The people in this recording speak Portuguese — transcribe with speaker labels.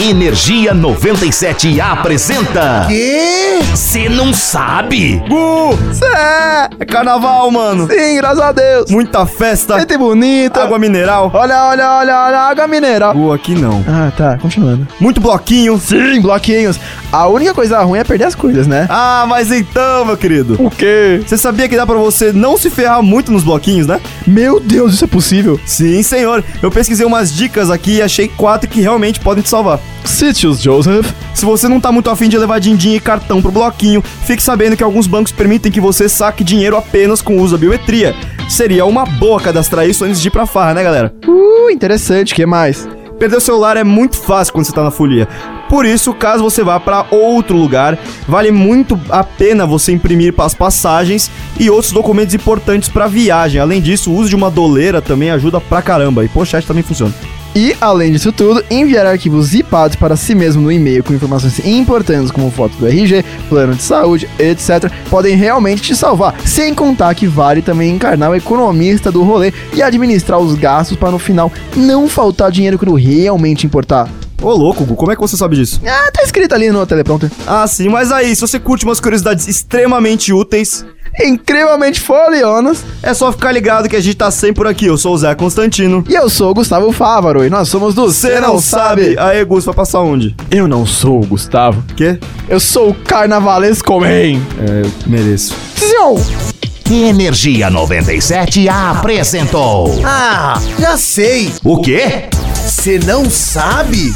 Speaker 1: Energia 97 apresenta.
Speaker 2: Quê?
Speaker 1: Você não sabe?
Speaker 2: Bu! Cé! É carnaval, mano!
Speaker 3: Sim, graças a Deus.
Speaker 2: Muita festa!
Speaker 3: Gente bonita.
Speaker 2: Água mineral!
Speaker 3: Olha, olha, olha, olha, água mineral.
Speaker 2: Bu, aqui não.
Speaker 3: Ah, tá, continuando.
Speaker 2: Muito bloquinho!
Speaker 3: Sim, bloquinhos. A única coisa ruim é perder as coisas, né?
Speaker 2: Ah, mas então, meu querido!
Speaker 3: O quê?
Speaker 2: Você sabia que dá pra você não se ferrar muito nos bloquinhos, né?
Speaker 3: Meu Deus, isso é possível?
Speaker 2: Sim, senhor! Eu pesquisei umas dicas aqui e achei quatro que realmente podem te salvar.
Speaker 3: Sítios, Joseph.
Speaker 2: Se você não tá muito afim de levar din-din e cartão pro bloquinho, fique sabendo que alguns bancos permitem que você saque dinheiro apenas com o uso da biometria. Seria uma boa cadastrar isso antes de ir pra farra, né, galera?
Speaker 3: Uh, interessante, que mais?
Speaker 2: Perder o celular é muito fácil quando você tá na folia. Por isso, caso você vá para outro lugar, vale muito a pena você imprimir as passagens e outros documentos importantes pra viagem. Além disso, o uso de uma doleira também ajuda pra caramba. E pochete também funciona.
Speaker 3: E, além disso tudo, enviar arquivos zipados para si mesmo no e-mail com informações importantes como foto do RG, plano de saúde, etc., podem realmente te salvar. Sem contar que vale também encarnar o economista do rolê e administrar os gastos para no final não faltar dinheiro quando realmente importar.
Speaker 2: Ô louco, Gu, como é que você sabe disso?
Speaker 3: Ah, tá escrito ali no teleprompter.
Speaker 2: Ah, sim, mas aí, se você curte umas curiosidades extremamente úteis,
Speaker 3: Incrivelmente folionas.
Speaker 2: é só ficar ligado que a gente tá sempre por aqui. Eu sou o Zé Constantino.
Speaker 3: E eu sou o Gustavo Fávaro e nós somos do
Speaker 2: Você não sabe? Aí, Gus, vai passar onde?
Speaker 3: Eu não sou o Gustavo.
Speaker 2: Quê?
Speaker 3: Eu sou o Carnavalesco Man.
Speaker 2: É, eu mereço.
Speaker 3: Tchau.
Speaker 1: Energia 97 apresentou.
Speaker 4: Ah, já sei.
Speaker 1: O quê?
Speaker 4: Você não sabe?